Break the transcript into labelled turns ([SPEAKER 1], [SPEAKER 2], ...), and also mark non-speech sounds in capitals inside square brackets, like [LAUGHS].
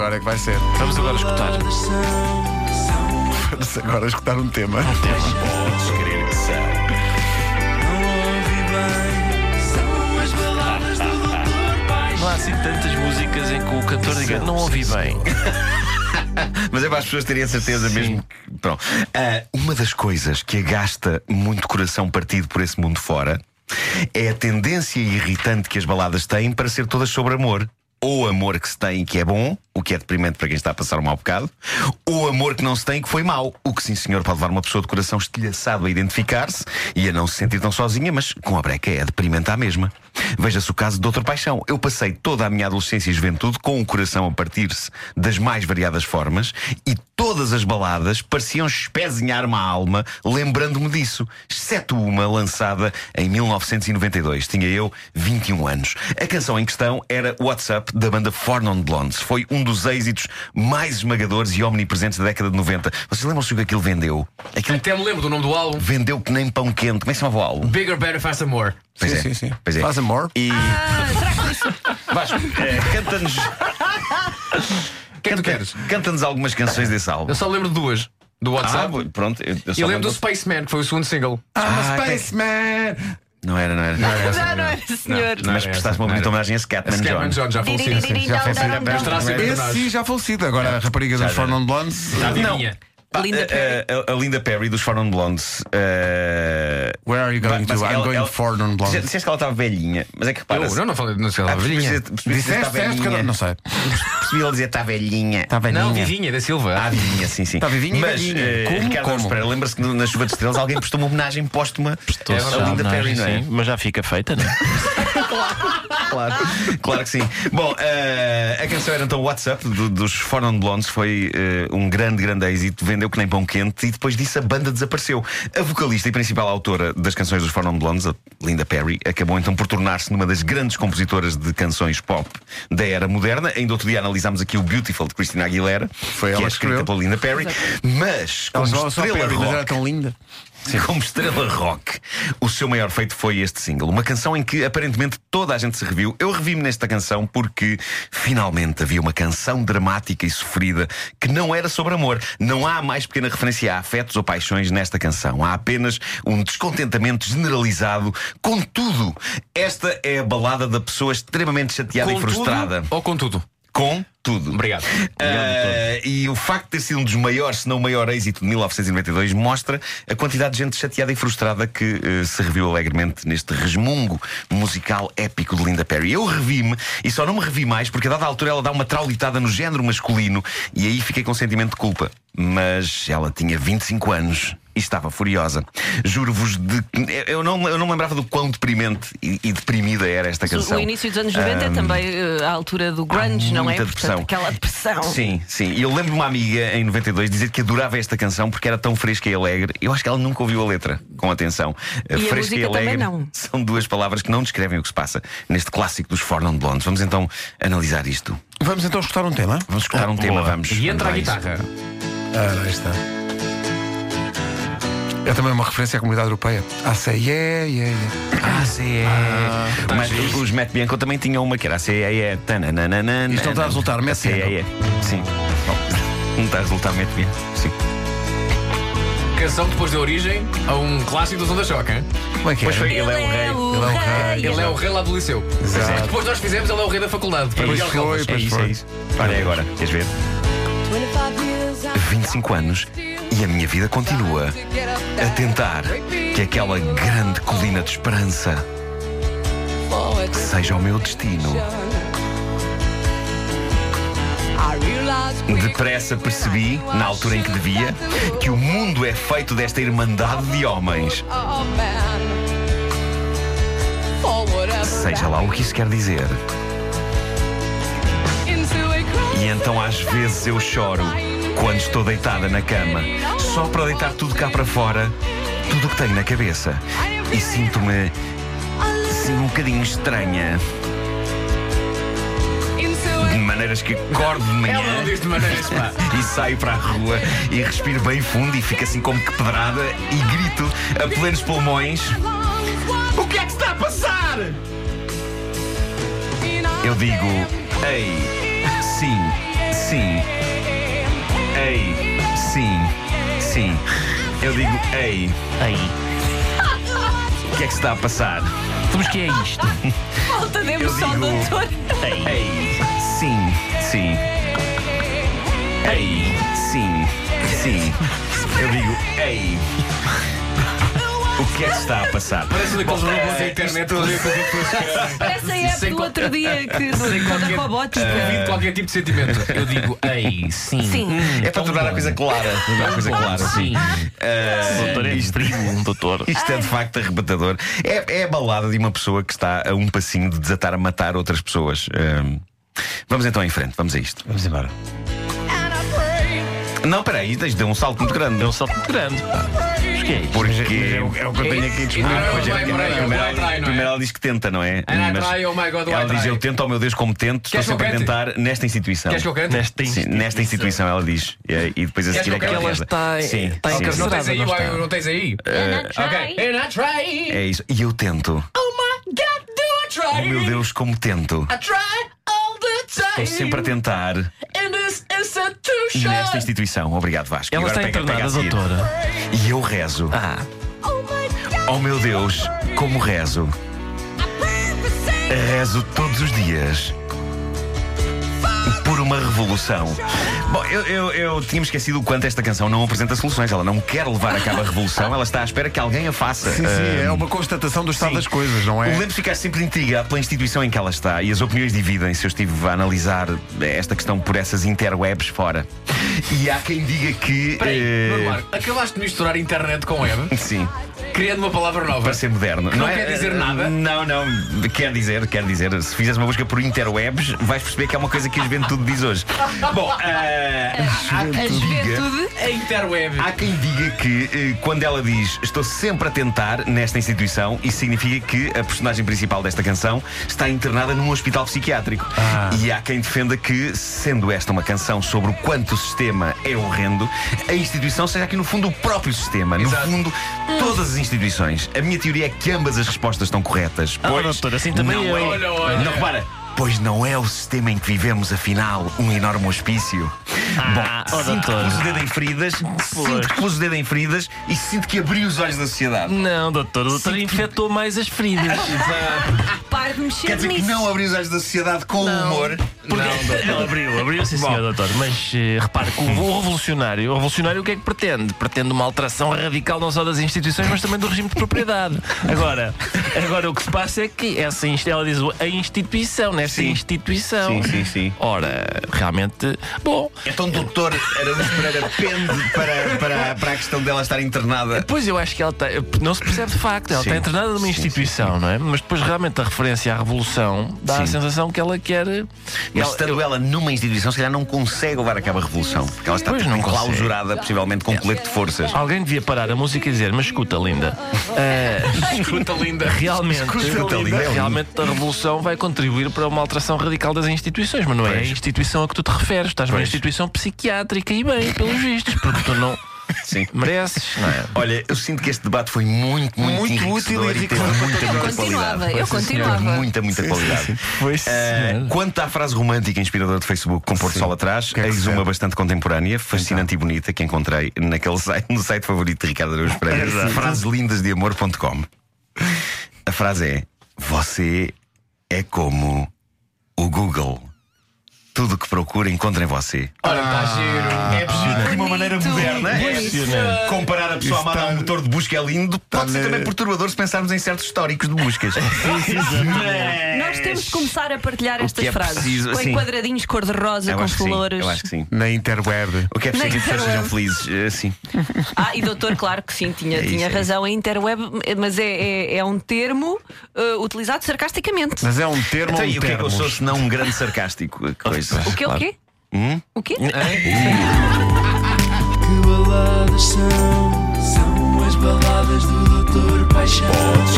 [SPEAKER 1] hora é que vai ser.
[SPEAKER 2] Vamos agora escutar.
[SPEAKER 1] Vamos agora escutar um tema.
[SPEAKER 3] Podes crer que são.
[SPEAKER 2] Não há assim tantas músicas em que o cantor diga não ouvi bem.
[SPEAKER 3] Mas é para as pessoas terem a certeza mesmo que. Pronto. Ah, uma das coisas que agasta muito coração partido por esse mundo fora é a tendência irritante que as baladas têm para ser todas sobre amor. Ou amor que se tem que é bom, o que é deprimente para quem está a passar um mau bocado, ou amor que não se tem que foi mau, o que sim senhor pode levar uma pessoa de coração estilhaçado a identificar-se e a não se sentir tão sozinha, mas com a breca é deprimente à mesma. Veja-se o caso de outra paixão. Eu passei toda a minha adolescência e juventude com o coração a partir-se das mais variadas formas e todas as baladas pareciam espezinhar uma alma lembrando-me disso, exceto uma lançada em 1992. Tinha eu 21 anos. A canção em questão era WhatsApp da banda Four Non Blondes. Foi um dos êxitos mais esmagadores e omnipresentes da década de 90. Vocês lembram-se do que aquilo vendeu? Aquilo
[SPEAKER 4] Até me lembro do nome do álbum.
[SPEAKER 3] vendeu que nem pão quente. Como é que se chamava o álbum?
[SPEAKER 4] Bigger, better, faster, more.
[SPEAKER 3] Pois é.
[SPEAKER 1] sim, sim.
[SPEAKER 3] Pois é.
[SPEAKER 1] Faz amor.
[SPEAKER 3] E.
[SPEAKER 5] Ah,
[SPEAKER 3] [LAUGHS] Vasco, eh, canta-nos.
[SPEAKER 4] O que é que tu queres?
[SPEAKER 3] Canta-nos algumas canções desse álbum.
[SPEAKER 4] Eu só lembro de duas. Do
[SPEAKER 3] Ah,
[SPEAKER 4] WhatsApp.
[SPEAKER 3] bo- pronto. Eu, eu só
[SPEAKER 4] e lembro
[SPEAKER 3] mando-
[SPEAKER 4] do Spaceman, que foi o segundo single.
[SPEAKER 1] I'm
[SPEAKER 3] Ah,
[SPEAKER 1] a spaceman!
[SPEAKER 3] Não era, não é, era.
[SPEAKER 5] Já não era, senhor.
[SPEAKER 4] não
[SPEAKER 3] Mas
[SPEAKER 4] era
[SPEAKER 3] prestaste
[SPEAKER 4] essa,
[SPEAKER 3] uma
[SPEAKER 4] não
[SPEAKER 3] bonita
[SPEAKER 4] era.
[SPEAKER 3] homenagem a Scatman
[SPEAKER 4] Scatman
[SPEAKER 3] John.
[SPEAKER 4] John já falecido. sim.
[SPEAKER 1] Já foi
[SPEAKER 5] Diridiriridão,
[SPEAKER 1] sempre-
[SPEAKER 5] darão,
[SPEAKER 4] Mas
[SPEAKER 5] darão.
[SPEAKER 4] sempre
[SPEAKER 1] Esse
[SPEAKER 4] nós.
[SPEAKER 1] sim já falecido. Agora a rapariga dos Four Non Blondes.
[SPEAKER 3] Pá, a-
[SPEAKER 5] Linda Perry.
[SPEAKER 3] Ah, eh, a, a Linda Perry dos Four Non Blondes. eh,
[SPEAKER 1] Where are you going
[SPEAKER 3] mas
[SPEAKER 1] to? I'm
[SPEAKER 3] ela-
[SPEAKER 1] going
[SPEAKER 3] ela-
[SPEAKER 1] for
[SPEAKER 3] Disse-
[SPEAKER 1] Non Blondes.
[SPEAKER 3] Disseste que ela estava velhinha, mas é que repara.
[SPEAKER 4] Eu não, não falei, não sei lá,
[SPEAKER 3] Ah,
[SPEAKER 4] velhinha.
[SPEAKER 3] percebi- percebi-
[SPEAKER 1] Disseste,
[SPEAKER 3] está
[SPEAKER 1] disseste,
[SPEAKER 3] velhinha.
[SPEAKER 1] cada- não sei.
[SPEAKER 3] Percebi ele dizer está velhinha.
[SPEAKER 1] Está velhinha.
[SPEAKER 4] Não, Vivinha da Silva.
[SPEAKER 3] Ah, vivinha, sim, sim.
[SPEAKER 1] Tá vivinha e
[SPEAKER 3] Mas,
[SPEAKER 1] velhinha.
[SPEAKER 3] eh,
[SPEAKER 1] Como?
[SPEAKER 3] Ricardo Alves
[SPEAKER 1] Como?
[SPEAKER 3] Pereira, lembra-se que no- na Chuva de Estrelas alguém prestou uma homenagem póstuma
[SPEAKER 4] verdade.
[SPEAKER 3] a Linda Perry, não é?
[SPEAKER 2] Sim, mas já fica feita, não é?
[SPEAKER 3] Claro, claro que sim. Bom, eh, a canção era então WhatsApp do- dos Four Non Blondes, foi eh, um grande, grande êxito, vendeu que nem pão quente e depois disso a banda desapareceu. A vocalista e principal autora das canções dos Four Non Blondes, a Linda Perry, acabou então por tornar-se numa das grandes compositoras de canções pop da era moderna. Ainda outro dia analisámos aqui o Beautiful de Christina Aguilera,
[SPEAKER 1] Foi ela
[SPEAKER 3] que é
[SPEAKER 1] que escreveu.
[SPEAKER 3] escrita pela Linda Perry, mas
[SPEAKER 1] Ela
[SPEAKER 3] como
[SPEAKER 1] chamava só
[SPEAKER 3] estrela
[SPEAKER 1] Perry, mas
[SPEAKER 3] rock,
[SPEAKER 1] era tão linda.
[SPEAKER 3] [LAUGHS] como estrela rock, o seu maior feito foi este single. Uma canção em que aparentemente toda a gente se reviu. Eu revi-me nesta canção porque finalmente havia uma canção dramática e sofrida que não era sobre amor. Não há mais pequena referência a afetos ou paixões nesta canção. Há apenas um descontentamento generalizado com tudo. Esta é a balada da pessoa extremamente chateada e
[SPEAKER 4] Contudo
[SPEAKER 3] frustrada.
[SPEAKER 4] Ou contudo?
[SPEAKER 3] Com tudo.
[SPEAKER 4] Obrigado.
[SPEAKER 3] Ah, e o facto de ter sido um dos maiores, se não o maior êxito de 1992, mostra a quantidade de gente chateada e frustrada que eh, se reviu alegremente neste resmungo musical épico de Linda Perry. Eu revi-me e só não me revi mais porque, a dada altura, ela dá uma traulitada no género masculino e aí fiquei com um sentimento de culpa. Mas ela tinha 25 anos. E estava furiosa. Juro-vos de. Eu não, eu não me lembrava do quão deprimente e, e deprimida era esta
[SPEAKER 5] Mas o-
[SPEAKER 3] canção.
[SPEAKER 5] O início dos anos 90 é também eh, a altura do grunge,
[SPEAKER 3] há
[SPEAKER 5] não é?
[SPEAKER 3] muita depressão.
[SPEAKER 5] Portanto, aquela depressão.
[SPEAKER 3] Sim, sim. E eu lembro uma amiga em 92 dizer que adorava esta canção porque era tão fresca e alegre. Eu acho que ela nunca ouviu a letra com atenção.
[SPEAKER 5] E a
[SPEAKER 3] fresca e
[SPEAKER 5] música também
[SPEAKER 3] alegre
[SPEAKER 5] não.
[SPEAKER 3] são duas palavras que não descrevem o que se passa neste clássico dos Four Non Blondes. Vamos então analisar isto.
[SPEAKER 1] Vamos então escutar um tema?
[SPEAKER 3] Vamos escutar um tema, vamos.
[SPEAKER 4] E entra a
[SPEAKER 3] vamos lá
[SPEAKER 4] guitarra.
[SPEAKER 1] Ah, aí está. É também uma referência à comunidade europeia. Ah, sei, yeah, yeah, yeah.
[SPEAKER 3] a isso. Ah, sim.
[SPEAKER 4] tá
[SPEAKER 3] Mas
[SPEAKER 4] fixe.
[SPEAKER 3] os Matt Bianco também tinham uma que era a CEE. Isto
[SPEAKER 1] Isto não está a resultar, Matt
[SPEAKER 3] CEE. Sim. Bom, Não está a resultar, Matt Bianco. Sim.
[SPEAKER 4] Canção depois da origem a um clássico do Som da Choca. hein?
[SPEAKER 1] Como é que é?
[SPEAKER 3] Pois foi, ele é o rei.
[SPEAKER 1] Ele é o rei.
[SPEAKER 4] Ele é o rei lá do liceu.
[SPEAKER 1] Exato.
[SPEAKER 4] Depois nós fizemos, ele é o rei da faculdade. Para
[SPEAKER 1] Pois
[SPEAKER 4] Miguel
[SPEAKER 1] foi,
[SPEAKER 4] Calvas.
[SPEAKER 1] pois
[SPEAKER 3] é isso,
[SPEAKER 1] foi.
[SPEAKER 3] é isso. Olha é agora, queres ver? 25 anos e a minha vida continua a tentar que aquela grande colina de esperança seja o meu destino. Depressa percebi, na altura em que devia, que o mundo é feito desta irmandade de homens. Seja lá o que isso quer dizer. E então às vezes eu choro quando estou deitada na cama, só para deitar tudo cá para fora, tudo o que tenho na cabeça. E sinto-me assim um bocadinho estranha, de maneiras que acordo de manhã.
[SPEAKER 4] Ela não diz de maneira pá.
[SPEAKER 3] E saio para a rua e respiro bem fundo e fico assim como que pedrada e grito a plenos pulmões. O que é que está a passar? Eu digo, ei, sim, sim. Ei, sim, sim. Eu digo ei.
[SPEAKER 2] Aí.
[SPEAKER 3] O que é que se está a passar?
[SPEAKER 2] Então, mas que é isto?
[SPEAKER 5] Falta de emoção
[SPEAKER 3] digo-
[SPEAKER 5] do doutor.
[SPEAKER 3] Ei, sim, sim. Ei, sim, sim. Eu digo ei. O que é que se está a passar?
[SPEAKER 4] Parece daqueles robôs da internet que leem o que as pessoas querem.
[SPEAKER 5] Parece a app
[SPEAKER 4] Sem
[SPEAKER 5] do
[SPEAKER 4] qual-
[SPEAKER 5] outro
[SPEAKER 3] [LAUGHS]
[SPEAKER 5] dia que do- da robótica.
[SPEAKER 3] Ah.
[SPEAKER 4] Devido a qualquer tipo de sentimento.
[SPEAKER 2] Eh. [LAUGHS] Eu digo, ei, sim.
[SPEAKER 5] Sim.
[SPEAKER 3] É para tornar a coisa clara. [LAUGHS] Tornar a coisa clara, sim.
[SPEAKER 2] O doutor é de trigo, um doutor.
[SPEAKER 3] Isto é de facto arrebatador. É, é a balada de uma pessoa que está a um passinho de desatar a matar outras pessoas. Ahm, vamos então em frente, vamos a isto.
[SPEAKER 2] Vamos embora.
[SPEAKER 3] Não, peraí, tens de dar um salto muito [LAUGHS] grande.
[SPEAKER 2] É um salto muito grande. pá. Mas que é isto?
[SPEAKER 3] Porque é, o- é o que eu tenho aqui disponível.
[SPEAKER 4] Ah,
[SPEAKER 3] Pois é,
[SPEAKER 4] vai,
[SPEAKER 3] porque
[SPEAKER 4] vai, vai,
[SPEAKER 3] primeiro,
[SPEAKER 4] vai, vai, não é?
[SPEAKER 3] primeiro ela diz que tenta, não é?
[SPEAKER 4] And I try, oh my God, do I
[SPEAKER 3] ela diz:
[SPEAKER 4] try?
[SPEAKER 3] Eu tento, oh meu Deus, como tento, estou
[SPEAKER 4] Queres que eu
[SPEAKER 3] sempre a
[SPEAKER 4] cante?
[SPEAKER 3] tentar nesta instituição.
[SPEAKER 4] Queres que eu cante?
[SPEAKER 2] Nesta
[SPEAKER 3] Sim,
[SPEAKER 2] instante.
[SPEAKER 3] nesta instituição ela diz. E, e depois a
[SPEAKER 4] Queres
[SPEAKER 3] seguir
[SPEAKER 4] que eu
[SPEAKER 3] é que
[SPEAKER 4] cante?
[SPEAKER 3] ela
[SPEAKER 5] Ela está-
[SPEAKER 3] Sim,
[SPEAKER 5] está
[SPEAKER 3] sim,
[SPEAKER 4] Não
[SPEAKER 5] encarcerada.
[SPEAKER 4] tens aí,
[SPEAKER 5] Não está.
[SPEAKER 4] não tens aí.
[SPEAKER 2] Eh,
[SPEAKER 4] Ok. And I try.
[SPEAKER 3] É isso. E eu tento.
[SPEAKER 4] Oh my God, do I
[SPEAKER 3] Oh
[SPEAKER 4] try?
[SPEAKER 3] meu Deus, como tento.
[SPEAKER 4] I try all the time.
[SPEAKER 3] Estou sempre a tentar
[SPEAKER 4] And this is a two shot.
[SPEAKER 3] nesta instituição. Obrigado, Vasco. E
[SPEAKER 2] Ela
[SPEAKER 3] agora
[SPEAKER 2] está
[SPEAKER 3] pega- pega
[SPEAKER 2] internada,
[SPEAKER 3] a seguir.
[SPEAKER 2] doutora.
[SPEAKER 3] E eu rezo.
[SPEAKER 2] Ah,
[SPEAKER 3] Oh meu Deus, como rezo. Rezo todos os dias. Por uma revolução. Bom, eu, eu, eu tinha esquecido o quanto esta canção não apresenta soluções. Ela não quer levar a cabo a revolução, ela está à espera que alguém a faça.
[SPEAKER 1] Sim, sim, é uma constatação do estado
[SPEAKER 3] sim.
[SPEAKER 1] das coisas, não
[SPEAKER 3] O
[SPEAKER 1] é?
[SPEAKER 3] lembro de ficar sempre intrigado pela instituição em que ela está e as opiniões dividem-se. Eu estive a analisar esta questão por essas interwebs fora. E há quem diga que.
[SPEAKER 4] Peraí,
[SPEAKER 3] eh,
[SPEAKER 4] Nuno Marco, acabaste de misturar internet com web,
[SPEAKER 3] Sim.
[SPEAKER 4] criando uma palavra nova.
[SPEAKER 3] para ser moderno. é? Uh,
[SPEAKER 4] não quer dizer nada?
[SPEAKER 3] Não, não, quer dizer, quer dizer. Se fizeres uma busca por interwebs, vais perceber que é uma coisa que a juventude diz hoje. Bom, eh, há
[SPEAKER 5] A
[SPEAKER 3] quem diga.
[SPEAKER 5] juventude.
[SPEAKER 4] A interweb.
[SPEAKER 2] Ah.
[SPEAKER 3] Há quem diga que eh, quando ela diz estou sempre a tentar nesta instituição, isso significa que a personagem principal desta canção está internada num hospital psiquiátrico.
[SPEAKER 2] Ah.
[SPEAKER 3] E há quem defenda que, sendo esta uma canção sobre o quanto o sistema é horrendo, a instituição seja aqui no fundo o próprio sistema.
[SPEAKER 4] Exato.
[SPEAKER 3] No fundo, todas as instituições. A minha teoria é que ambas as respostas estão corretas.
[SPEAKER 2] Ah,
[SPEAKER 3] Pois
[SPEAKER 2] doutor, assim também
[SPEAKER 3] não
[SPEAKER 2] eu.
[SPEAKER 3] é.
[SPEAKER 4] Olha, olha.
[SPEAKER 3] Não repara. Pois não é o sistema em que vivemos, afinal, um enorme hospício.
[SPEAKER 2] Ah,
[SPEAKER 3] Bom,
[SPEAKER 2] ó,
[SPEAKER 3] sinto que
[SPEAKER 2] doutor.
[SPEAKER 3] pus o dedo em feridas, sinto que pus o dedo em feridas e sinto que abri os olhos da sociedade.
[SPEAKER 2] não, doutor. O doutor infectou mais as feridas.
[SPEAKER 5] Para de
[SPEAKER 3] Quer
[SPEAKER 5] mexer
[SPEAKER 3] dizer que
[SPEAKER 5] nisso.
[SPEAKER 3] não abri os olhos da sociedade com o humor.
[SPEAKER 2] [LAUGHS]
[SPEAKER 4] Não, doutor.
[SPEAKER 2] Ele abriu, abriu, sim, senhor doutor. Mas eh, repare que o o revolucionário, o revolucionário o que é que pretende? Pretende uma alteração radical não só das instituições, mas também do regime de
[SPEAKER 3] [LAUGHS]
[SPEAKER 2] propriedade. Agora, agora o que se passa é que essa inst- ela diz a instituição, nesta
[SPEAKER 3] Sim.
[SPEAKER 2] instituição.
[SPEAKER 3] Sim, sim, sim.
[SPEAKER 2] Ora, realmente, bom.
[SPEAKER 3] Então, doutor Araújo Pereira pende para, para, para a questão dela estar internada.
[SPEAKER 2] Pois eu acho que ela está. Não se percebe de facto, ela
[SPEAKER 3] Sim.
[SPEAKER 2] está internada numa
[SPEAKER 3] Sim,
[SPEAKER 2] instituição, não é? Mas depois realmente a referência à revolução dá a
[SPEAKER 3] Sim.
[SPEAKER 2] sensação que ela quer.
[SPEAKER 3] Mas
[SPEAKER 2] ela-
[SPEAKER 3] estando ela numa instituição, se calhar não consegue levar a cabo a revolução. Porque ela está
[SPEAKER 2] Pois não consegue.
[SPEAKER 3] clausurada, possivelmente, com um colete de forças.
[SPEAKER 2] Alguém devia parar a música e dizer, mas escuta, linda,
[SPEAKER 3] [LAUGHS]
[SPEAKER 2] Eh,
[SPEAKER 4] Escuta, linda.
[SPEAKER 2] realmente,
[SPEAKER 3] Escuta, linda, é lindo.
[SPEAKER 2] realmente a revolução vai contribuir para uma alteração radical das instituições, mas não é a
[SPEAKER 3] Pois.
[SPEAKER 2] instituição a que tu te referes, estás numa
[SPEAKER 3] Pois.
[SPEAKER 2] instituição psiquiátrica e bem, pelos vistos, porque tu não
[SPEAKER 3] Sim.
[SPEAKER 2] mereces, não é?
[SPEAKER 3] Olha, eu sinto que este debate foi muito, muito,
[SPEAKER 1] Muito
[SPEAKER 3] enriquecedor
[SPEAKER 1] útil e
[SPEAKER 3] e teve
[SPEAKER 1] enriquecedor.
[SPEAKER 3] muita,
[SPEAKER 5] Eu
[SPEAKER 3] muita
[SPEAKER 5] continuava,
[SPEAKER 3] qualidade.
[SPEAKER 5] eu
[SPEAKER 3] Foi, sim, senhora.
[SPEAKER 5] continuava.
[SPEAKER 3] Muita, muita qualidade.
[SPEAKER 2] Foi
[SPEAKER 3] Eh, quanto à frase romântica e inspiradora de Facebook com Porto Sol atrás,
[SPEAKER 1] é que
[SPEAKER 3] eis
[SPEAKER 1] se
[SPEAKER 3] uma
[SPEAKER 1] deve?
[SPEAKER 3] bastante contemporânea, fascinante e bonita que encontrei naquele [LAUGHS] site, no site favorito de Ricardo Araújo Pereira, fraselindadeamor.com. A frase é: Você é como o Google. Tudo o que procura encontra em você.
[SPEAKER 4] Olha, está giro. É
[SPEAKER 2] Ah.
[SPEAKER 4] possível.
[SPEAKER 3] De uma maneira moderna, é comparar a pessoa
[SPEAKER 1] Isso
[SPEAKER 3] amada a um
[SPEAKER 1] está-
[SPEAKER 3] motor de busca é lindo, pode ser
[SPEAKER 1] Tá na-
[SPEAKER 3] também perturbador se pensarmos em certos históricos de buscas. Mas-
[SPEAKER 5] Nós temos de começar a partilhar estas
[SPEAKER 3] é
[SPEAKER 5] frases.
[SPEAKER 3] preciso-
[SPEAKER 5] com
[SPEAKER 3] sim.
[SPEAKER 5] quadradinhos cor-de-rosa,
[SPEAKER 3] Eu
[SPEAKER 5] com
[SPEAKER 3] acho que sim,
[SPEAKER 5] flores.
[SPEAKER 3] Eu acho que sim.
[SPEAKER 1] [LAUGHS] Na interweb.
[SPEAKER 3] O que é preciso
[SPEAKER 5] Nem
[SPEAKER 3] que as pessoas
[SPEAKER 5] quero
[SPEAKER 3] sejam
[SPEAKER 5] eu.
[SPEAKER 3] felizes? eh, Sim.
[SPEAKER 5] Ah, e doutor, claro que sim, tinha,
[SPEAKER 3] É isso,
[SPEAKER 5] tinha
[SPEAKER 3] é
[SPEAKER 5] razão. A interweb, mas é, é, é um termo eh, utilizado sarcasticamente.
[SPEAKER 1] Mas é um termo
[SPEAKER 3] Então,
[SPEAKER 1] ou um
[SPEAKER 3] e o que é que eu
[SPEAKER 1] termos?
[SPEAKER 3] sou se não um grande sarcástico? Que Coisa.
[SPEAKER 5] O quê? O quê?
[SPEAKER 3] Hum?
[SPEAKER 5] O quê?
[SPEAKER 6] Que baladas são? São as baladas do Doutor Paixão.